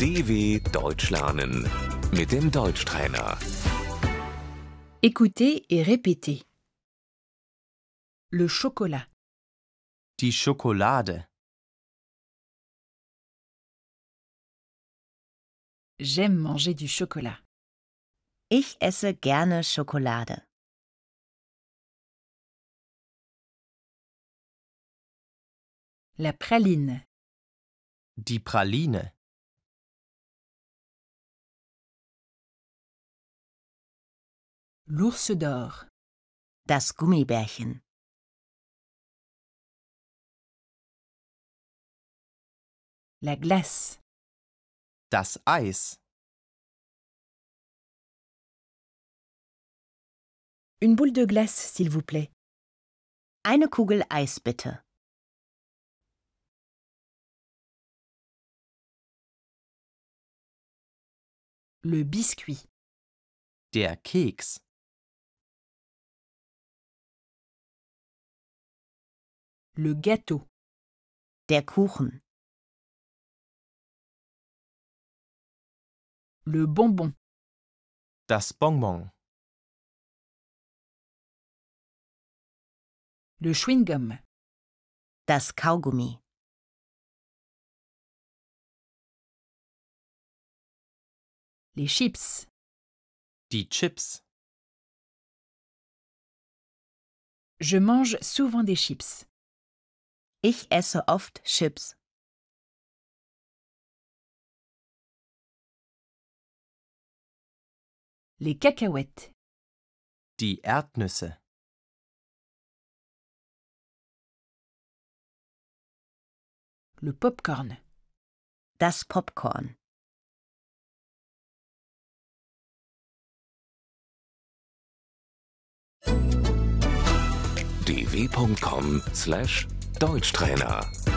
DW Deutsch lernen mit dem Deutschtrainer. Écoutez et répétez. Le chocolat, Die Schokolade. j'aime manger du chocolat. Ich esse gerne Schokolade. La praline, Die Praline. l'ours d'or, Das Gummibärchen. la glace, Das Eis. une boule de glace s'il vous plaît, Eine Kugel Eis bitte. le biscuit, Der Keks. le gâteau, Der Kuchen. le bonbon, Das Bonbon. le chewing-gum, Das Kaugummi. les chips, Die Chips. Je mange souvent des chips. Ich esse oft Chips. Les cacahuètes, Die Erdnüsse. le pop-corn, Das Popcorn. dw.com/deutschtrainer